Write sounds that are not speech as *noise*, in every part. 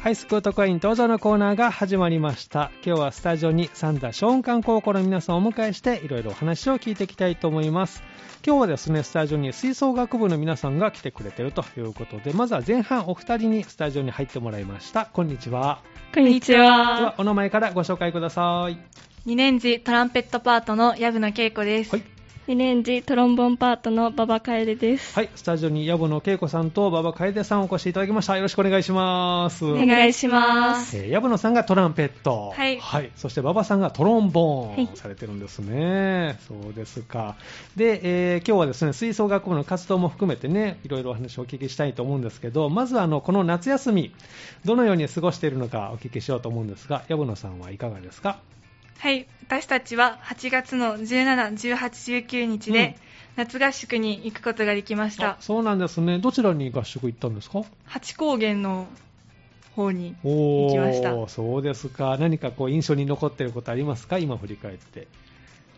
はい、スクートコイン登場のコーナーが始まりました。今日はスタジオに三田松漢高校の皆さんをお迎えして、いろいろお話を聞いていきたいと思います。今日はですね、スタジオに吹奏楽部の皆さんが来てくれてるということで、まずは前半お二人にスタジオに入ってもらいました。こんにちは。こんにちではは。、お名前からご紹介ください。 2年次トランペットパートの矢野恵子です。はい。 2年次トロンボンパートの馬場楓です。はい、スタジオに矢野恵子さんと馬場楓さんお越しいただきました。よろしくお願いします。お願いします。えー、矢野さんがトランペット、はいそして馬場さんがトロンボはいーンされてるんですね、そうですかで、えー今日はですね吹奏楽部の活動も含めてねいろいろお話をお聞きしたいと思うんですけどまずはあのこの夏休みどのように過ごしているのかお聞きしようと思うんですが矢野さんはいかがですかはい。私たちは8月の17、18、19日うんで夏合宿に行くことができましあた。そうなんですねどちらに合宿行ったんですか八高原の方に。お行きましーたそうですか何かこう印象に残っていることありますか今振り返って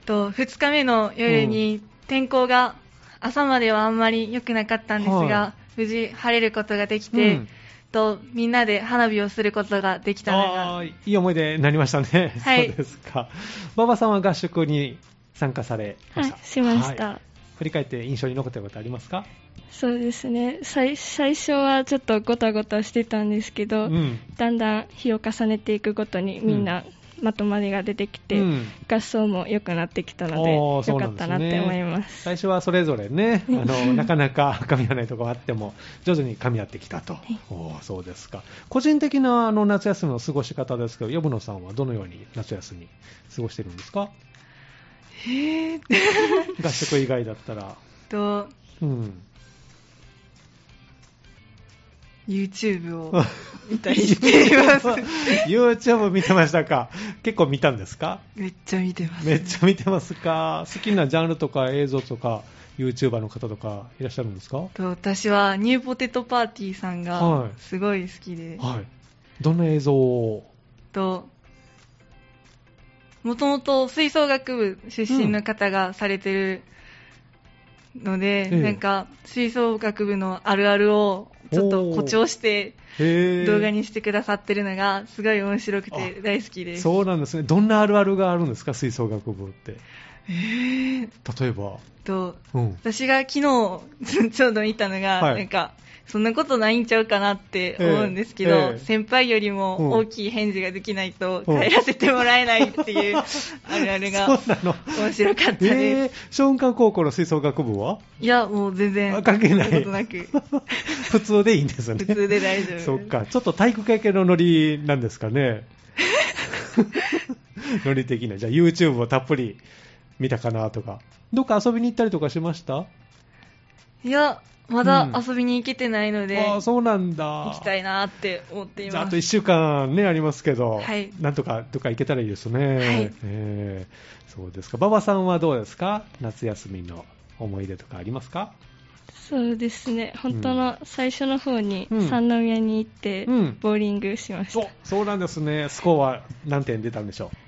と2日目の夜に天候が朝まではあんまり良くなかったんですが、は無事晴れることができて、うんとみんなで花火をすることができたのがあーいい思い出になりましたね、はいそうですか馬場さんは合宿に参加されまはしいた、、しました。はい振り返って印象に残っていることありますか、そうですね最。最初はちょっとごたごたしてたんですけうど、ん、だんだん日を重ねていくごとにみんなまとまりが出てきて、うん合奏も良くなってきたので、おーそう良なかんっですたねなって思います。最初はそれぞれね、あのなかなか噛み合わないところがあっても、徐々に噛み合ってきたと、おーそうですか、個人的なあの夏休みの過ごし方ですけど、呼野さんはどのように夏休み、過ごしてるんですか、へー合宿以外だったら、とうん、 YouTube *laughs* を見たりしています YouTube 見てましたか、結構見たんですかめっちゃ見てますめっちゃ見てますか好きなジャンルとか映像とか YouTuber の方とかいらっしゃるんですかはと私はニューポテトパーティーさんはがいすごい好きで、いどんな映像をともともと吹奏楽部出身の方がされてるので、ええなんか吹奏楽部のあるあるをちょっと誇張して動動画にしてくださってるのがすごい面白くて大好きですそうなんですねどんなあるあるがあるんですか吹奏楽部ってえーっ例えば、とうん、私が昨日 *laughs* ちょうど見たのが、はいなんかそんなことないんちゃうかなって思うんですけど、ええええ先輩よりも大きい返事ができないと帰らせてもらえないっ *laughs* ていうあるあるそがうな *laughs* の面白かったです、えー、松漢高校の吹奏楽部はいやもう全然あ関係ないそんことなく普通でいいんですよね普通で大丈夫です *laughs* そっか、ちょっと体育会系のノリなんですか *laughs* ね。ノリ的な。じゃあ YouTube をたっぷり見たかなとか。どっか遊びに行ったりとかしましたいやまだ遊びに行けてないので、ああ、そうなんだ。行きたいなって思っていじゃああまとす1週間ね、ありますけど、はいなんとかどっか行けたらいいですね。はいえーそうですか。馬場さんはどうですか夏休みの思い出とかありますかそうですね。本当の最初の方にうん三宮に行って、うんボーリングしました。おそうなんですね。スコアは何点出たんでしょう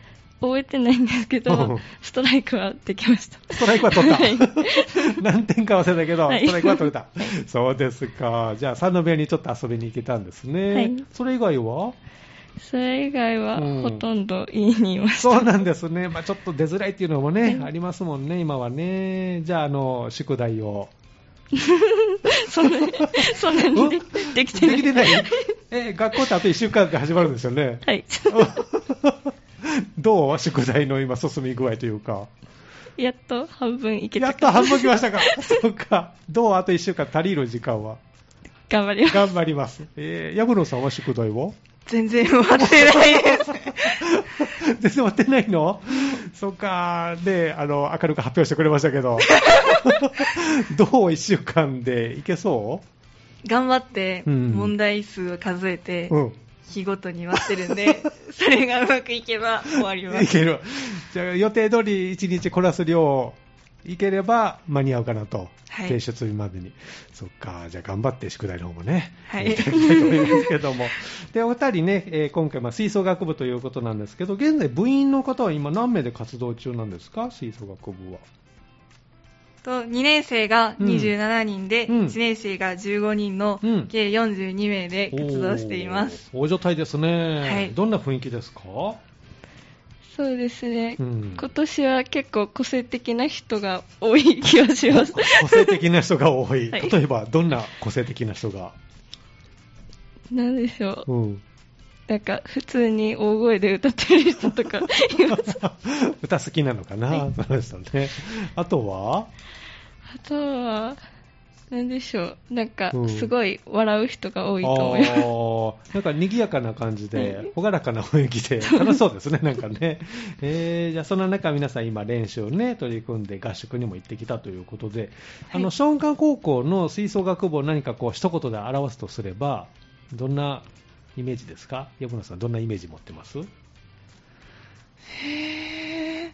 覚えてないんですけうん *laughs* ど、ストライクはできました。ストライクは取ったはい。 *laughs* 何点か忘れたけど、はいストライクは取れた。そうですか。じゃあ、三宮にちょっと遊びに行けたんですね。はいそれ以外はそれ以外はうんほとんど家にいました。そうなんですね。まあ、ちょっと出づらいっていうのもね、はいありますもんね、今はね。じゃあ、あの、宿題を。そんな *laughs* に、そんなにでできてない。できてないえ、学校ってあと1週間で始まるんですよね。 *laughs* はい。 *laughs* どう宿題の今、進み具合というか。やっと半分いけやたっかとら半分きましたか。そっか。どうあと1週間足りる時間は。頑張ります。頑張ります。えー、矢野さんは宿題を全然終わってないです *laughs* 全然終わってないの *laughs* そっか、で、あの、明るく発表してくれましたけ *laughs* ど、どう1週間でいけそ頑張ってうん問題数を数えて、ううん。日ごとに割ってる *laughs* んで、それがうまくいけば終わりまいす。ける。じゃあ、予定通り1日こらす量、いければ間に合うかなと。はい提出日までに。そっか、じゃあ頑張って宿題の方もね、はいやっていきたいと思いますけども。 *laughs* で、お二人ね、えー今回、まあ、吹奏楽部ということなんですけど、現在部員の方は今何名で活動中なんですか吹奏楽部は。と2年生が27人で、うん1年生が15人のうん計42名で活動しています。おー。大所帯ですね。はいどんな雰囲気ですか？そうですね、うん今年は結構個性的な人が多い気がします。個性的な人が多 *laughs* い。はい例えばどんな個性的な人が？なんでしょ *laughs* う。うん。なんか、普通に大声で歌ってる *laughs* 人とかいます。歌好きなのかな、その人ね。あとは、あとは、なんでしょう。なんかうん、すごい笑う人が多いと思います。あーなんか賑やかな感じはでい、朗らかな雰囲気で、楽しそうですね、 *laughs* なんかね。えー、じゃあそんな中、皆さん今練習をね、取り組んで合宿にも行ってきたということで、あはの、いショーンカン高校の吹奏楽部を何かこう、一言で表すとすれば、どんなイメージですか山野さん、どんなイメージ持ってますへー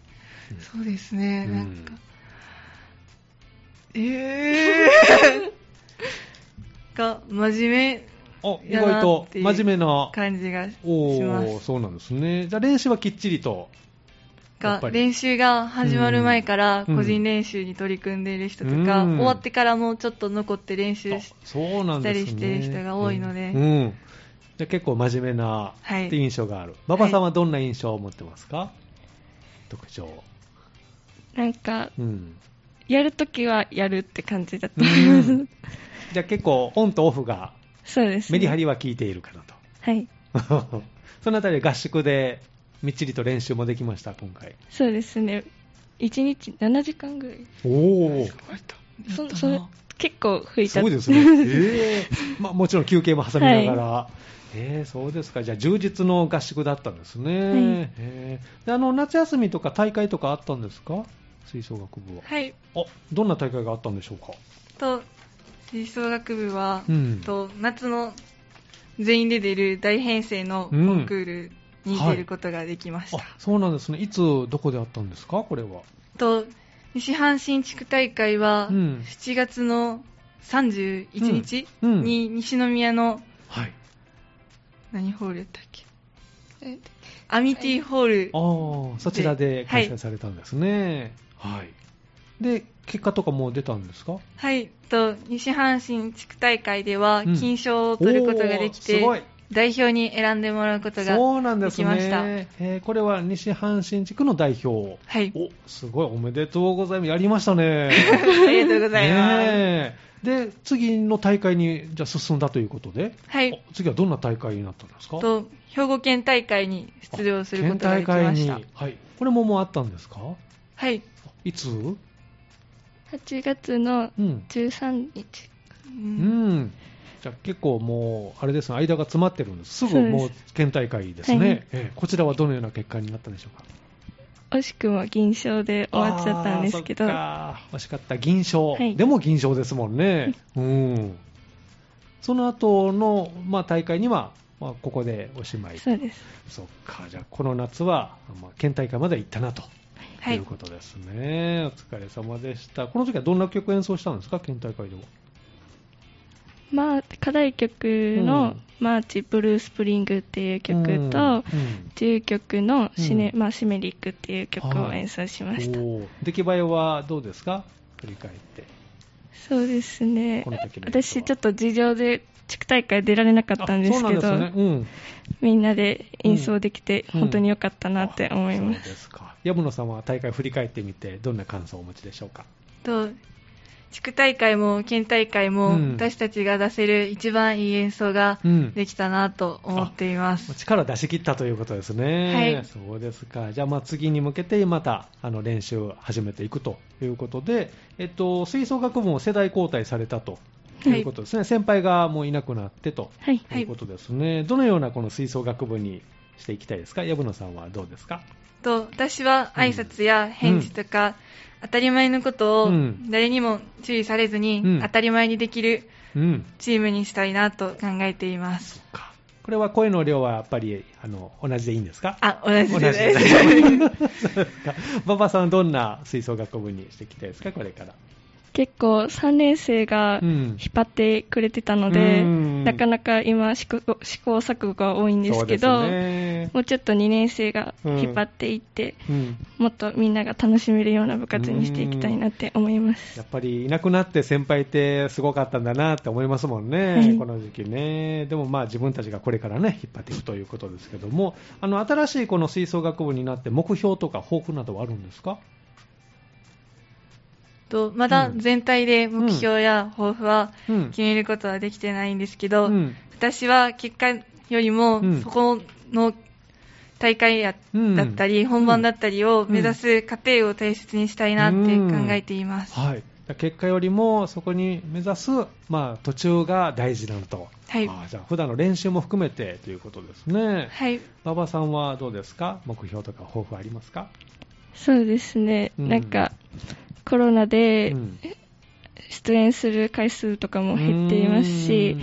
そうですね、うんなんか。え *laughs* ー、が真面お、意やな外とっていう真面目な目。感じがしおまー、す。そうなんですね。じゃあ練習はきっちりと。やっがぱり練習が始まる前からうん個人練習に取り組んでいる人とか、うん終わってからもうちょっと残って練習しあそうなんですね。したりしてる人が多いのでうん。うんじゃあ結構真面目なはいって印象がある。馬場さんはどんな印象を持ってますか、特徴。なんか、うん。やるときはやるって感じだとう思います。んじゃあ結構オンとオフがそうです、メね。リハリは効いているかなはい。と。 *laughs* そのあたり合宿でみっちりと練習もできました、今回。そうですね。1日7時間ぐらい。おお。そやったなそれ結構吹いたすごいですね。えー *laughs* まあ、もちろん休憩も挟みながら。えーそうですか。じゃあ、充実の合宿だったんですね。えーであの、夏休みとか大会とかあったんですか吹奏楽部は。はい。あ、どんな大会があったんでしょうかと、吹奏楽部は、うんと夏の全員で出る大編成のコンクールに出ることができました。あ、そうなんですね。いつ、どこであったんですかこれは。と、西阪神地区大会は、うん7月の31日うんうんに西宮の、はい。何ホールやったっけえアミティホール、ああ、そちらででは開い催されたんですね。はい。で、結果とかもう出たんですかはい、と、西阪神地区大会ではうん金賞を取ることおができーて、すごい代表に選んでもらうことがそうなんですできましたね。えーこれは西阪神地区の代表。はい。お、すごい、おめでとうございます。やりましたね。ありがとうございまねす。えで、次の大会に、じゃあ進んだということで、はい。お次はどんな大会になったんですかと、兵庫県大会に出場することができました県大会に。はい。これももうあったんですかはい。いつう8月のん。 13日。ううんん。じゃあ結構もう、あれですね、間が詰まってるんです。すぐそうですもう県大会ですね。はいええこちらはどのような結果になったんでしょうか惜しくも銀賞で終わっちゃったんですけど、あーそっか惜しかった、銀賞、はいでも銀賞ですもん *laughs* ね、うん、その後のまあ、大会には、まあ、ここでおしまい、そそっうです。か、じゃあ、この夏は、まあ、県大会まで行ったなと。、。はいいうことですね。お疲れ様でした。この時はどんな曲演奏したんですか県大会では。まあ、課題曲うのん「マーチ・ブルースプリング」っていううん曲うんと、10曲のシネ、うんまあ、シメリックっていう曲を演奏しました。おー出来栄えはどうですか振り返って。そうですねこの時の。演奏は私、ちょっと事情で地区大会出られなかったんですけあそうど、なんですね。うん。みんなで演奏できて、うん本当に良かったなって思いまあす。そうですか。藪野さんは大会振り返ってみて、どんな感想をお持ちでしょうか。と、地区大会も県大会も、うん私たちが出せる一番いい演奏がうんできたなと思っています。力を出し切ったということですね。はいそうですか。じゃあ、まあ次に向けて、また、あの、練習を始めていくということで、えっと、吹奏楽部も世代交代されたとはいいうことですね。先輩がもういなくなってとはい。はいいうことですね。どのようなこの吹奏楽部にしていきたいですか藪野さんはどうですかと、私は挨拶や返事とか、当たり前のことうをん誰にも注意されずに、うん当たり前にできるうん。チームにしたいなと考えています。かこれは声の量はやっぱり、あの、同じでいいんですかあ、同じです。 *laughs* そうですか。馬場さん、どんな吹奏楽部にしていきたいですか、これから。結構3年生がうん引っ張ってくれてたので、うんなかなか今試行、試行錯誤が多いんですけそど、うですねもうちょっと2年生が引っ張っていって、うんもっとみんなが楽しめるような部活にしていきたいなって思いますや。っぱりいなくなって先輩ってすごかったんだなって思いますもんね、はいこの時期ね、でもまあ自分たちがこれからね、引っ張っていくということですけども、あの新しいこの吹奏楽部になって、目標とか抱負などはあるんですか、 *laughs* とまだうん全体で目標や抱負はうん決めることはできてないんですけど、うん私は結果よりも、うんそこの大会やうんだったり、本番だったりを目指す過程を大切にしたいなって考えています。はい、結果よりもそこに目指す、まあ、途中が大事なんと、はいああじゃあ普段の練習も含めてということですね、はい、馬場さんはどうですか、目標とか抱負ありますか、そうですね、うんなんかコロナでうん出演する回数とかも減っていますし、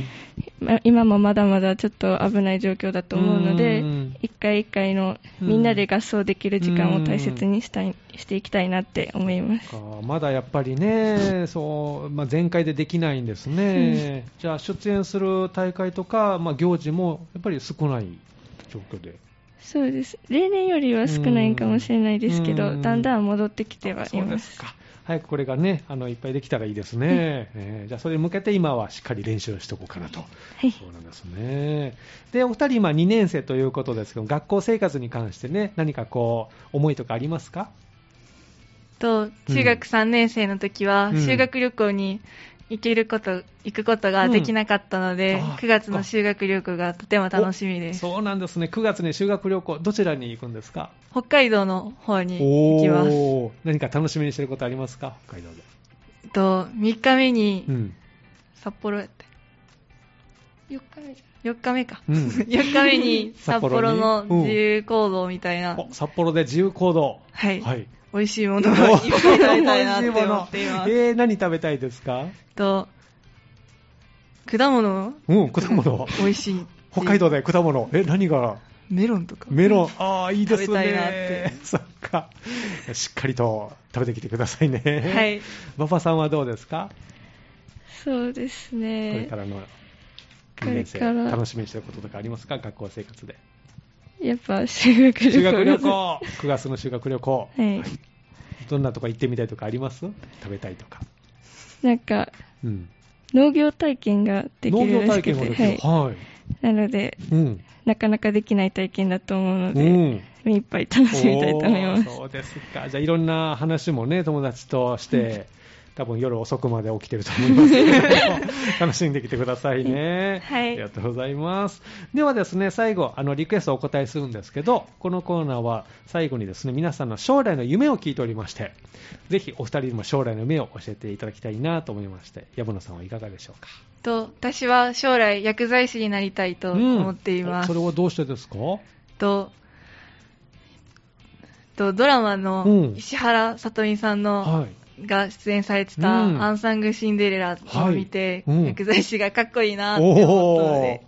ま今もまだまだちょっと危ない状況だと思うのでうん、一回一回のみんなで合奏できる時間を大切にしたいしていきたいなって思います。かまだやっぱりね、そうまあ、全開でできないんですね、じゃあ出演する大会とか、まあ、行事もやっぱり少ない状況で、そうです例年よりは少ないかもしれないですけうど、んだんだん戻ってきてはいそうま。ですすか早くこれがねあのいっぱいできたらいいですね、えーじゃあそれに向けて今はしっかり練習をしておこうかなと、はいそうなんですねでお二人今2年生ということですけど学校生活に関してね何かこう思いとかありますかと中学3年生の時はうん修学旅行に行けること、行くことができなかったので、うんあ9月の修学旅行がとても楽しみです。そうなんですね9月に修学旅行どちらに行くんですか北海道の方に行きます。おー何か楽しみにしてることありますか北海道で、と3日目にうん札幌やった4日目じ4日目か、うん4日目に札札幌幌にの自由行動みたいな、お札幌で自由行動はいはい美味しいものをいっぱい食べたいなって思っています。えー、何食べたいですかと果物うん果物美味しい。北海道で果物、え、何がメロンとか。メロン、ああ、いいですね。食べたいなって *laughs* そっか。しっかりと食べてきてくださいね。は。い。馬場さんはどうですか、そうですこれねか。らのこ2れ年生、から楽しみにしてることとかありますか学校生活で。やっぱ修学旅行修学旅が。 *laughs* 行 !9 月の修学旅行。はい。どんなとこ行ってみたいとかあります食べたいとか。なんかうん。農業体験ができ農業る体らしくて、験もできる。ははい。い、なのでうん。なかなかできない体験だと思うのうで、ん。目いっぱい楽しみたいと思いますおー。そうですか。じゃあ、いろんな話もね、友達として、多分夜遅くまで起きてると思いますけ *laughs* ど、楽しんできてくださいね。はいありがとうございます。ではですね、最後、あの、リクエストをお答えするんですけど、このコーナーは最後にですね、皆さんの将来の夢を聞いておりまして、ぜひお二人にも将来の夢を教えていただきたいなと思いまして、矢野さんはいかがでしょうか。と私は将来薬剤師になりたいと思っています、うんおそれはどうしてですかととドラマうのん石原さとみさんの、はい。が出演されてた「うんアンサング・シンデレラ」を見て、はいうん薬剤師がかっこいいなって思ったのおーで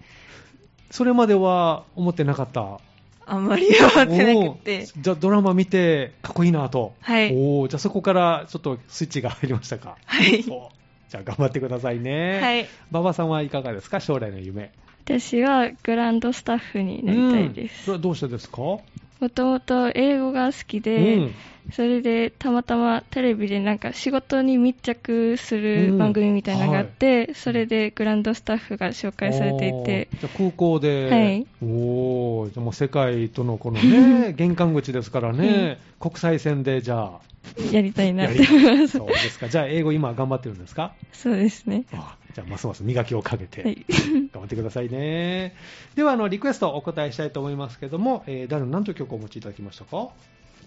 それまでは思ってなかったあんまり思ってなくておーじゃあドラマ見てかっこいいなと、はいおーじゃあそこからちょっとスイッチが入りましたかはいおじゃあ頑張ってくださいねはい馬場さんはいかがですか将来の夢私はグランドスタッフになりたいでうんす。それはどうしてですか、もともと英語が好きで、うんそれでたまたまテレビでなんか仕事に密着する番組みたいなのがあって、それでグランドスタッフが紹介されていておーじゃあ空港で、はいおーじゃあもう世界とのこのね玄関口ですからね、国際線でじ *laughs* ゃあやりたいなやっりて思いますそうですかじゃあ英語今頑張ってるんですかそうですねあじゃあますます磨きをかけて、はい頑張ってくださいね。では、あの、リクエストをお答えしたいと思いますけども、えー、誰の何という曲をお持ちいただきましたか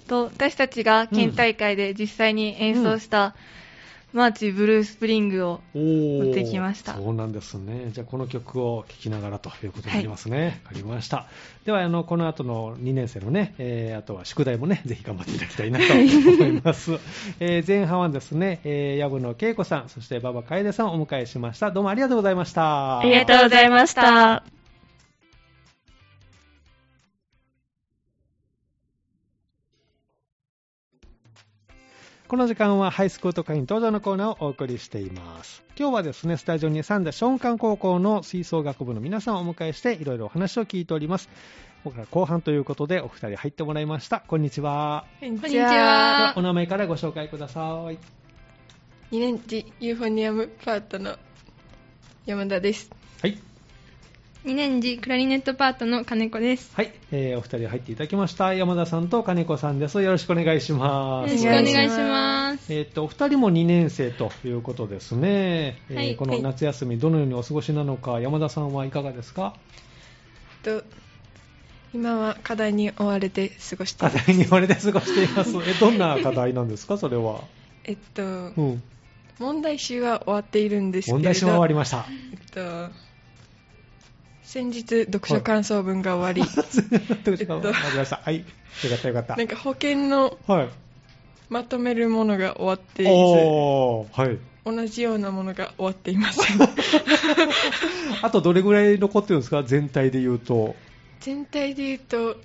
と私たちが県大会で実際に演奏した「マーチ・ブルースプリング」をおー持ってきましたそうなんですね。じゃあ、この曲を聴きながらということになりますね。わ、かりました。では、あの、この後の2年生のね、えー、あとは宿題もね、ぜひ頑張っていただきたいなと思います。えー、前半はですね、えー、矢部の恵子さん、そして馬場楓さんをお迎えしました。どうもありがとうございました。ありがとうございましたこの時間はハイスクート会員登場のコーナーをお送りしています。今日はですね、スタジオに三田松漢高校の吹奏楽部の皆さんをお迎えしていろいろお話を聞いております。僕ら後半ということでお二人入ってもらいました。こんにちは。こんにこんにちちは。はお名前からご紹介ください。 2年次ユーフォニアムパートの山田です。はい。 2年次クラリネットパートの金子です。はい、えーお二人入っていただきました。山田さんと金子さんです。よろしくお願いしよまろす。しくお願いします。えーっとお二人も2年生ということですね、えーはいこの夏休み、どのようにお過ごしなのか、山田さんはいかがですか、と今は課題に追われて過ごしてい課ます。題に追われて過ごしています、えどんな課題なんですか、それは。えっとう、ん、問題集は終わっているんですけれど問題集は終わりました。えっと、先日読書感想文が終わり、ということで終わりました。はい、よかったよかったなん。か保険のはい、まとめるものが終わっていず、おー、はい。同じようなものが終わっていません。あとどれぐらい残ってるんですか、全体で言うと。全体で言うと、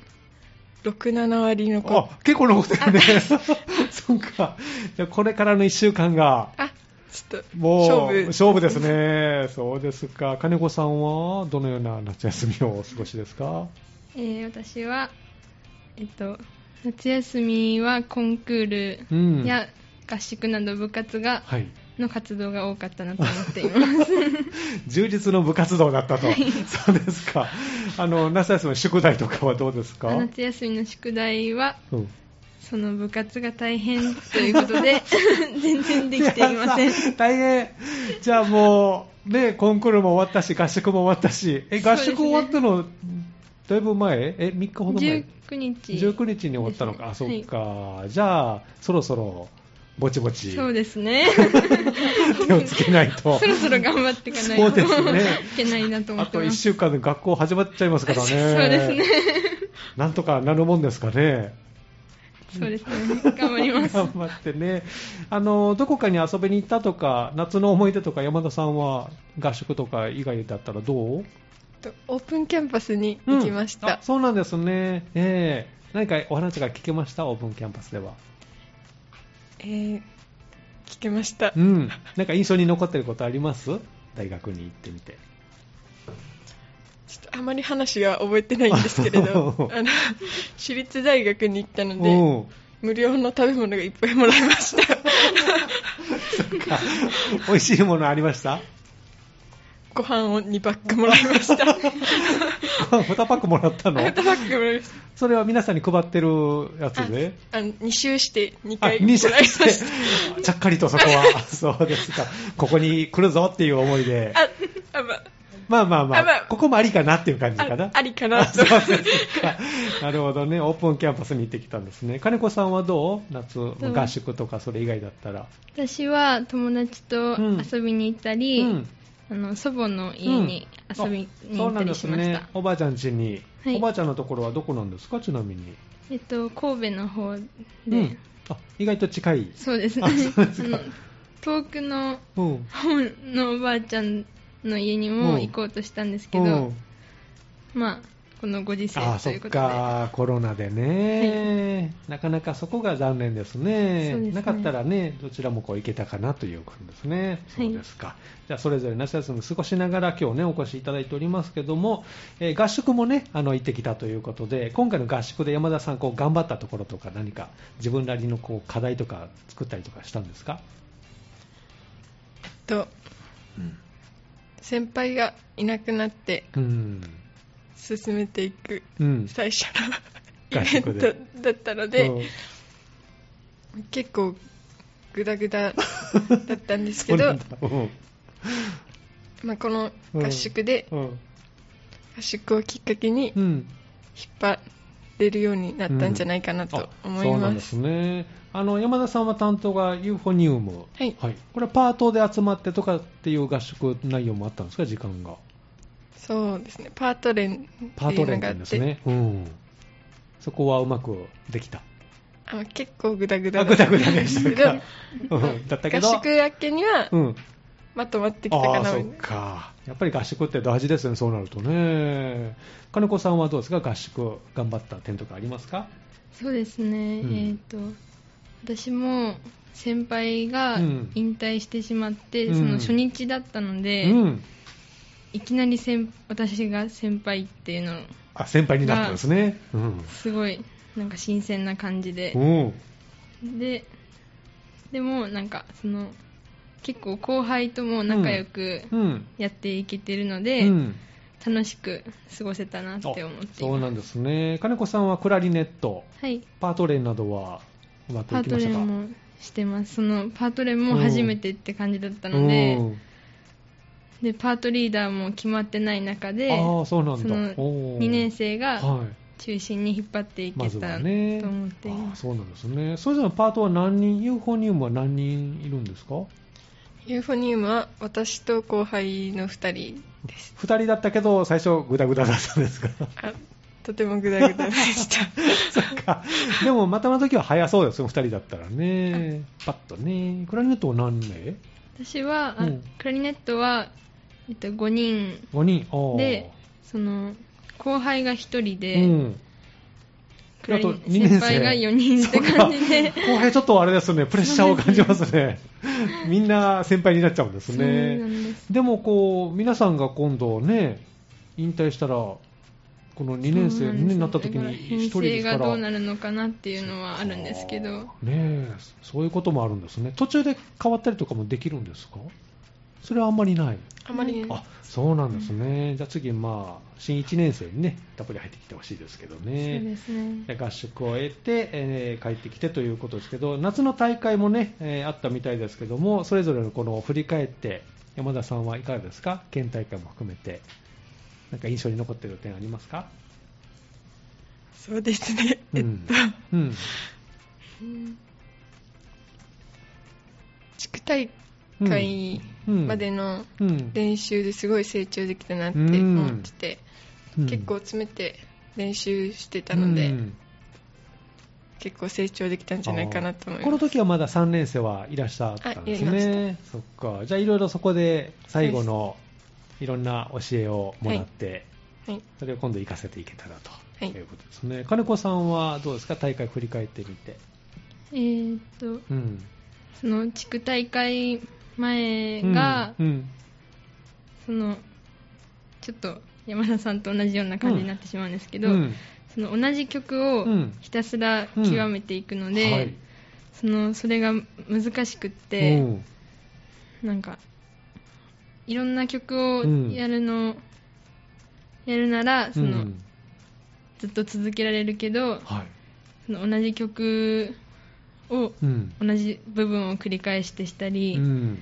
6、7割の子。あ、結構残ってるね。 *laughs* そうか。じゃあこれからの1週間が、あ、ちょっと、もう勝負。ですね。そうですか。金子さんはどのような夏休みをお過ごしですかえー私は、えっと、夏休みはコンクーうルん。や合宿など部活が、はい。の活動が多かったなと思っています。充実の部活動だったと。そうですか。あの、夏休みの宿題とかはどうですか夏休みの宿題は、うんその部活が大変というこ *laughs* とで、全然できていません。いや大変。じゃあもう、ね、コンクールも終わったし、合宿も終わったし、え、合宿終わったの、だいぶ前え、3日ほど前19日。 19日に終わったのか、あですそねっか、じゃあ、そろそろぼちぼちそうですね。手をつけないとそ、ろそろ頑張っていかないそうとですねいけないな *laughs* と思あってとま1す。週間で学校始まっちゃいますからね、そうですねなんとかなるもんですかね。そうですね。頑張ります。頑張ってねあの、どこかに遊びに行ったとか、夏の思い出とか、山田さんは合宿とか以外だったらどうえっとオープンキャンパスに行きましうんあた、そうなんですね、ええ何かお話が聞けました、オープンキャンパスでは。えー聞けましたうん、なんか印象に残ってることあります大学に行ってみて。ちょっとあまり話が覚えてないんですけれどあの私立大学に行ったのでうん無料の食べ物がいっぱいもらいました *laughs* か美味しいものありました *laughs* ご飯を2パックもらいました2 2パックもらったの *laughs* パックもらいましそれは皆さんに配ってるやつでたあの2周して2あ回もら認いま識してした *laughs* ちゃっかりとそこはそうですかここに来るぞっていう思いでああままあまあまああまあここもありかなっていう感じかあなありかなと *laughs* そうですかなるほどねオープンキャンパスに行ってきたんですね金子さんはどう夏う合宿とかそれ以外だったら、私は友達と遊びに行ったり、うんあの祖母の家に遊びに行ったりしまあそうなしんですねた、おばあちゃん家に、はいおばあちゃんのところはどこなんですかちなみに、えっと神戸の方で、うん、あ意外と近いそうですねあそうですかあの *laughs* 遠くのうん方のおばあちゃんの家にもうん行こうとしたんですけど、うんまあこのご時世あとそいっうことでかコロナでね、なかなかそこが残念ですねそうですねなかったらねどちらもこう行けたかなという感じですねはいそうですか、じゃあそれぞれ夏休み過ごしながら今日ねお越しいただいておりますけども、えー合宿もねあの行ってきたということで今回の合宿で山田さんこう頑張ったところとか何か自分なりのこう課題とか作ったりとかしたんですか、と先輩がいなくなってうん進めていくうん最初の合イベ宿ンでトだったので、うん結構グダグダだったんですけ *laughs* そうどなんだうんまあ、この合宿でうん合宿をきっかけにう引っん張れるようになったんじゃないかなと思いそうなんま、ですすね。あの山田さんは担当がユーフォニウム。はいこれはパートで集まってとかっていう合宿内容もあったんですか時間が。そうですねパート連パっーていトうの連があ携っですて、ね。うん。そこはうまくできた。あの結構グダグダあだぐっただぐだでし *laughs* たか。うんだったけ合ど。宿明けにはうん。まとまってきたあかあなそみったいなか。やっぱり合宿って大事ですねそうなるとね。金子さんはどうですか合宿頑張った点とかありますか。そうですね、うんえっ、と私も先輩がうん引退してしまって、うんその初日だったので、うん。いきなり先私が先輩っていうのあ、先輩になったんですね。うん。すごいなんか新鮮な感じでおうででもなんかその結構後輩とも仲良くうん。やっていけてるのうで、ん。楽しく過ごせたなって思っていますそうなんですね。金子さんはクラリネット、はいパートレンなどはうまくパいーきトましレたかンもしてますそのパートレンも初めてって感じだったので、うんでパートリーダーも決まってない中でああ、そうなんだ。その2年生生がはい。中心に引っ張っていけまずたはらとね。思っていああます、そうなんですね。それぞれのパートは何人、ユーフォニウムは何人いるんですかユーフォニウムは私と後輩の2人です二人だったけど、最初、グダグダだったんです *laughs* かあとてもグダグダでしたそっか。でも、またの時は早そうですよ、二人だったらね。パッとね。クラリネットは何名私は、あうんクラリネットは、えっと、5人 ?5 人。あーでその後輩が1人で、うん。クラリあと二年生先輩が4人って感じで後輩ちょっとあれですね、プレッシャーを感じますね。みんな先輩になっちゃうんですそうなね。んですでもこう、皆さんが今度ね、引退したら、この2年生そうになっんでたす時に一編人成ですがかどうら。なるのかなっていうのはあるんですけどねえ、そういうこともあるんですね。途中で変わったりとかもできるんですかそれはあんまりない。あまりあ、そうなんですね。じゃあ次、まあ、新1年生にね、たっぷり入ってきてほしいですけどね。そうですね合宿を終えて、えー帰ってきてということですけど、夏の大会もね、えーあったみたいですけども、それぞれのこの振り返って、山田さんはいかがですか、県大会も含めて、なんか印象に残っている点ありますか、そうですね、うえっとんうん、地区大会までのうん練習ですごい成長できたなって思ってて、うん結構詰めて練習してたので、うん結構成長できたんじゃないかなと思いこまのす時はまだ3年生はいらっしゃったんですあいらね。そっか。じゃあいろいろそこで最後のいろんな教えをもらって、はいそれを今度活かせていけたらと、はいいうことですね。金子さんはどうですか大会振り返ってみて。えーっとうん。その地区大会前が、うん。そのちょっと山田さんと同じような感じになってしまうんですけけど、その同じ曲をうんひたすら極めていくので、はいそのそれが難しくって、うんなんかいろんな曲をうんやるの、やるならその、うんずっと続けられるけはい。どその同じ曲をうん。同じ部分を繰り返してしたり、うん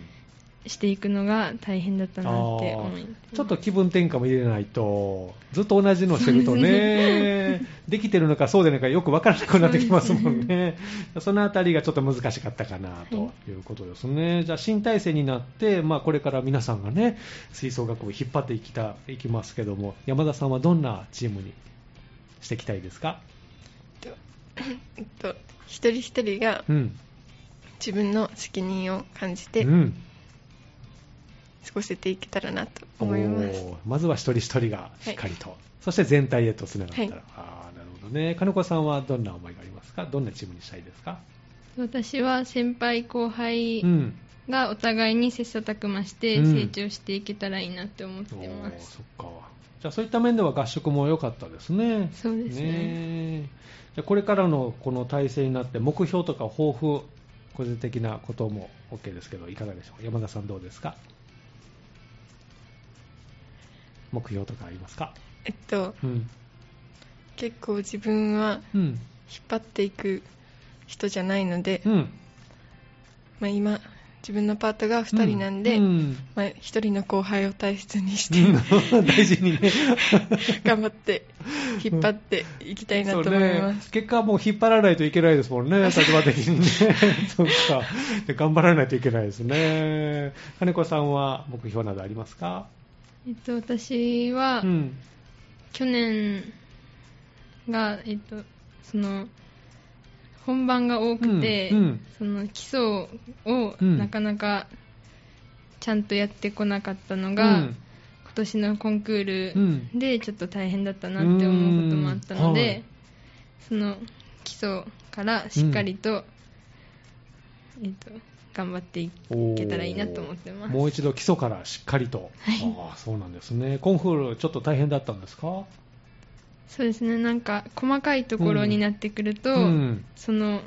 していくのが大変だったなって思いちょっと気分転換も入れないと、ずっと同じのをしてると *laughs* ね、できてるのかそうでないかよくわからなくなってきますもんね。そのあたりがちょっと難しかったかなということですね。じゃあ新体制になって、まあこれから皆さんがね、吹奏楽部引っ張っていきた、いきますけども、山田さんはどんなチームにしていきたいですかえっと一人一人がうん。自分の責任を感じてう過ん。ごせていけたらなと思いますおーまずは一人一人がしっかりと、そして全体へとつながったら、はいあーなるほどね金子さんはどんな思いがありますかどんなチームにしたいですか、私は先輩後輩うんがお互いに切磋琢磨してうん成長していけたらいいなって思っておまーす、そっかじゃあそういった面では合宿も良かったですねそうですねえじゃあこれからのこの体制になって目標とか抱負個人的なことも OK ですけどいかがでしょうか山田さんどうですか目標とかありますかえっとうん結構自分はうん引っ張っていく人じゃないので、うんまあ、今自分のパートが2人なんで、ううんまあ、1人の後輩を大切にしうてん *laughs* 大事にね。 *laughs* 頑張って引っ張っていきたいなと思います、そうね結果はもう引っ張らないといけないですもん *laughs* ね、立場的にね。 *laughs* そうか。で頑張らないといけないですね。金子さんは目標などありますかえっと、私は、うん。去年が、えっと、その本番が多くて、うんうんその基礎をうんなかなかちゃんとやってこなかったのが、うん今年のコンクうんールでちょっと大変だったなって思うこともあったのうんで、はいその基礎からしっかりと、えっと、頑張っていおーけたらいいなと思ってます。もう一度基礎からしっかりと、ああそうなんですねコンクールちょっと大変だったんですかそうですね、なんか細かいところになってくると、うんその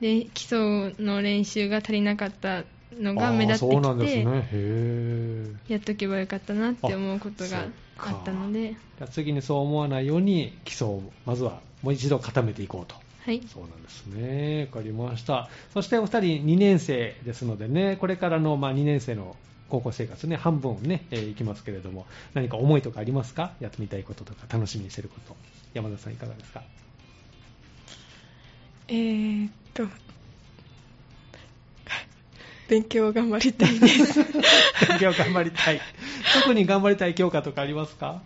で基礎の練習が足りなかったのがあー目立ってそうなんきですて、ねへえやっとけばよかったなって思うことがあったので、じゃあ次にそう思わないように基礎をまずはもう一度固めていこうとはい、そうなんですねわかりましたそしてお二人2年生ですのでねこれからの、まあ、2年生の高校生活ね半分ね、えーいきますけれども何か思いとかありますかやってみたいこととか楽しみにしてること山田さんいかがです *laughs* かえーっと、勉強を頑張りたい *laughs* です。勉強頑張りたい特に頑張りたい教科とかありますか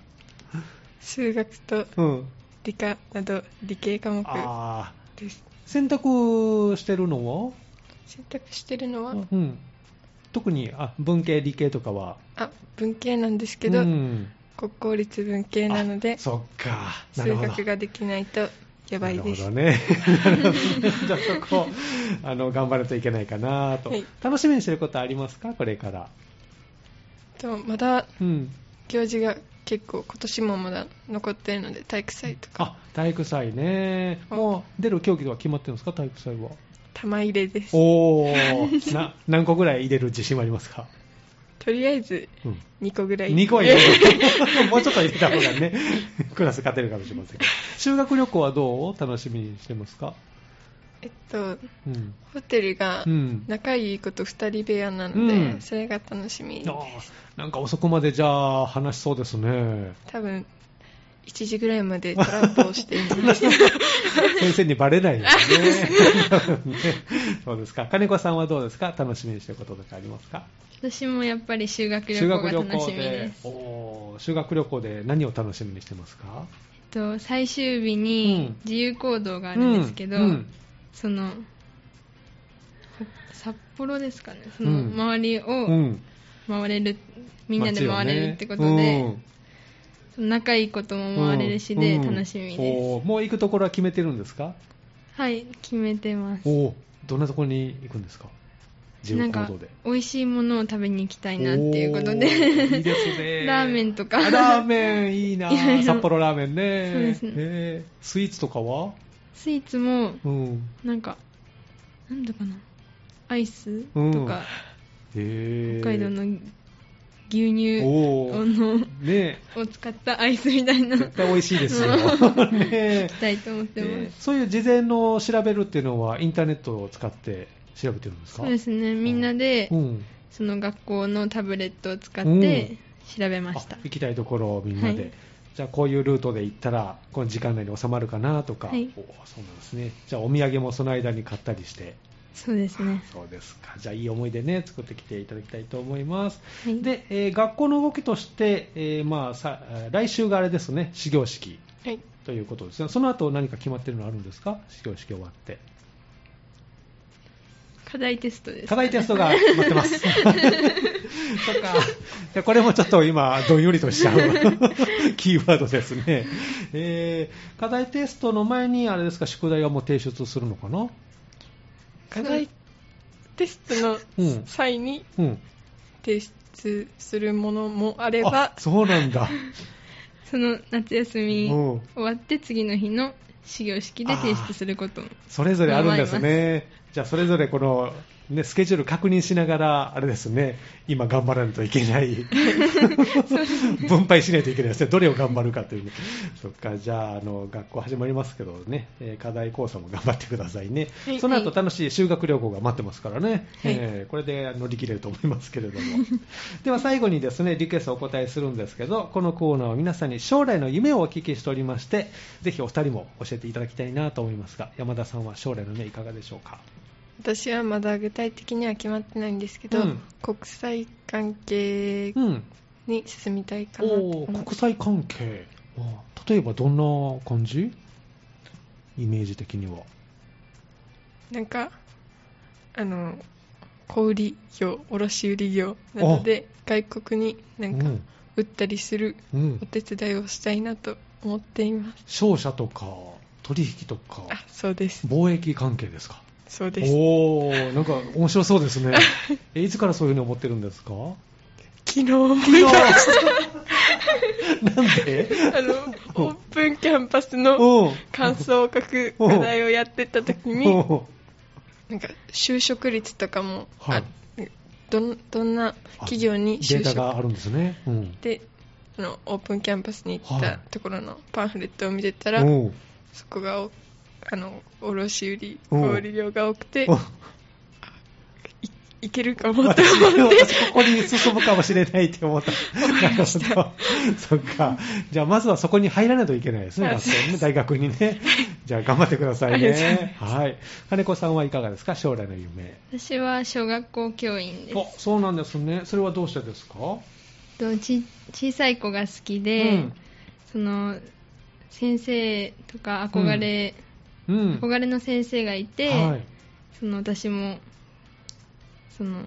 数学とうん理科など理系科目ああです。選択してるのは、選択してるのは、うん、特にあ文系理系とかはあ、文系なんですけど、うん、国公立文系なのあで、そっかな数るほど学ができないとやばいです。なるほどね *laughs* じゃあそこあの頑張らないといけないかなと、はい楽しみにしてることありますかこれからとまだうん行事が結構今年もまだ残ってるので体育祭とかあ体育祭ねもう出る競技とか決まってるんですか体育祭は玉入れですおおな *laughs* 何個ぐらい入れる自信はありますか、とりあえずうん2個ぐらい2個は入れるもうちょっと入れた方がね *laughs* クラス勝てるかもしれませんけど修学旅行はどう楽しみにしてますか *laughs* えっとうん、ホテルがうん仲いい子と2人部屋なので、うんそれが楽しみあーなんか遅くまでじゃあ話しそうですね多分1時ぐらいまでトランプを *laughs* しています先生にバレないよう *laughs* にね *laughs* ねそうですか金子さんはどうですか楽しみにしてることとかありますか私もやっぱり修学旅行が楽しみです。おー修学旅行で何を楽しみにしてますかえっと最終日うんに自由行動があるんですけど、うんうんそのほ札幌ですかね、そのうん周りうをん回れる、みんなで回れるってことで、街をねその仲いいことうもん回れるしで、楽しみです、うんおーもう行くところは決めてるんですかはい、決めてます。おーどんなところに行くんですか自な由ん行か動で美味しいものを食べに行きたいなっていうことおーいいでですねラーメンとかあラーメンいいないろいろ札幌ラーメンねそうですねへースイーツとかは *laughs* スイーツもうんなんかなんだかなアイスうんとか、へー北海道の牛乳おをーのねを使ったアイスみたいな絶対美味しいですよ *laughs* ねえしたいと思ってます、えーそういう事前の調べるっていうのはインターネットを使って調べてるんですかそうですねみんなで、うんその学校のタブレットを使っうんて調べましたあ、行きたいところをみんなで、はいじゃあこういうルートで行ったらこの時間内に収まるかなとか、はいおーそうなんですねじゃあお土産もその間に買ったりしてそうですねそうですかじゃあいい思い出ね作ってきていただきたいと思います、はいで、えー学校の動きとして、えーまあ、さ来週があれですね始業式はいということですねその後何か決まってるのあるんですか始業式終わって課題テストです課題テストが待ってます。そっか。じゃあこれもちょっと今、どんよりとしちゃう *laughs* キーワードですね。えー課題テストの前に、あれですか、宿題はもう提出するのかな課題テストのうん。際にうん。提出するものもあればあそうなんだ。その夏休みうん終わって次の日の始業式で提出することもそれぞれあるんですね。じゃあ、それぞれこの、ね、スケジュール確認しながら、あれですね、今頑張らないといけない。 *laughs* 分配しないといけないですね。どれを頑張るかというね。そっか、じゃあ、あの、学校始まりますけどね、えー課題講座も頑張ってくださいね。はいその後、楽しい修学旅行が待ってますからね。はいえーこれで乗り切れると思いますけれども。 *laughs* では、最後にですね、リクエストをお答えするんですけど、このコーナーは皆さんに将来の夢をお聞きしておりまして、ぜひお二人も教えていただきたいなと思いますが、山田さんは将来の夢いかがでしょうか私はまだ具体的には決まってないんですけど、うん国際関係うん。に進みたいかなとお思おいま国す際関係ああ例えばどんな感じイメージ的にはなんかあの小売業卸売業なので外国になんかうん売ったりするうんお手伝いをしたいなと思っています商社とか取引とかあそうです貿易関係ですかそうですおおなんか面白そうですね *laughs* えいつからそういうふうに思ってるんですか昨日思い出昨し日なんで *laughs* たあのおオープンキャンパスのうん感想を書く課題をやってた時にうんなんか就職率とかも、ははいどんどんな企業にデ就ータ職があるんですねうんであのオープンキャンパスに行っはいたところのパンフレットを見てたら、うんそこがおあの卸売うん小売量が多くてうんいけるかもって私思って *laughs* ここに進むかもしれないって思った。なるほど。そっか。じゃあ、まずはそこに入らないといけないですね、あ学生ね大学にね。じゃあ、頑張ってくださいありがとうございね。はい。金子さんはいかがですか、将来の夢。私は小学校教員ですあ、そうなんですね。それはどうしてですかとち小さい子が好きで、うんその先生とか憧れ、うん。憧れの先生がいて、はいその私もその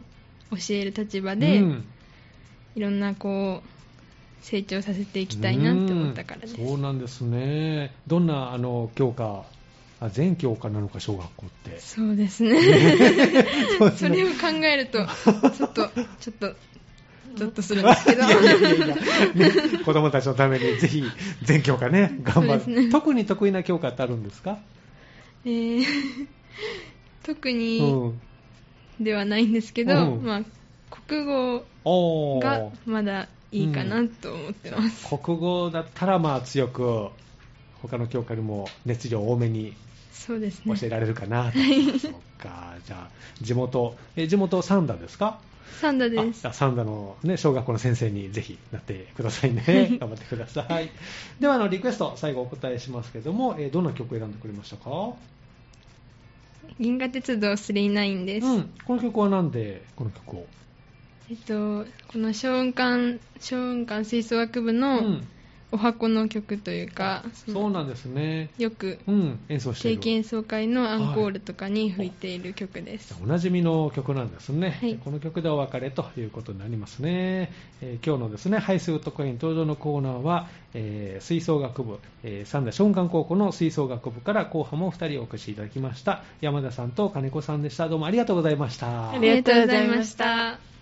教える立場で、うんいろんな子を成長させていきたいなって思ったからです、うんそうなんですね。どんな、あの、教科、あ全教科なのか、小学校って。そうですねそうですそねれを考えるとちょっとちょっとゾッとするんですけどいやいやいやいや、ね、 *laughs* 子供たちのためにぜひ全教科ね頑張そうる、ですね特に得意な教科ってあるんですか、えー *laughs* 特うにん、ではないんですけど、うんまあ、国語おがーまだいいかなと思ってます、国語だったらまあ強く他の教科にも熱量多めにそうです教ねえられるか *laughs* なと、そっかじゃあ地元え地元三田ですかサンダですあ三田の、ね、小学校の先生にぜひなってくださいね頑張ってくださいではあのリクエスト最後お答えしますけども、えどんな曲を選んでくれましたか銀河鉄道39です、うん、この曲はなんでこの曲を、えっとこの小雲館小雲館吹奏楽部のん、お箱の曲というか、そのそうなんですね、よくうん、演奏してい定る期演奏会のアンコールとかに吹いている曲です、おなじみの曲なんですね、はいこの曲でお別れということになりますね、えー今日のですねハイスウッド公演登場のコーナーは、えー吹奏楽部、えー三田松漢高校の吹奏楽部から後半も2人お越しいただきました山田さんと金子さんでしたどうもありがとうございましたありがとうございましたありがとうございました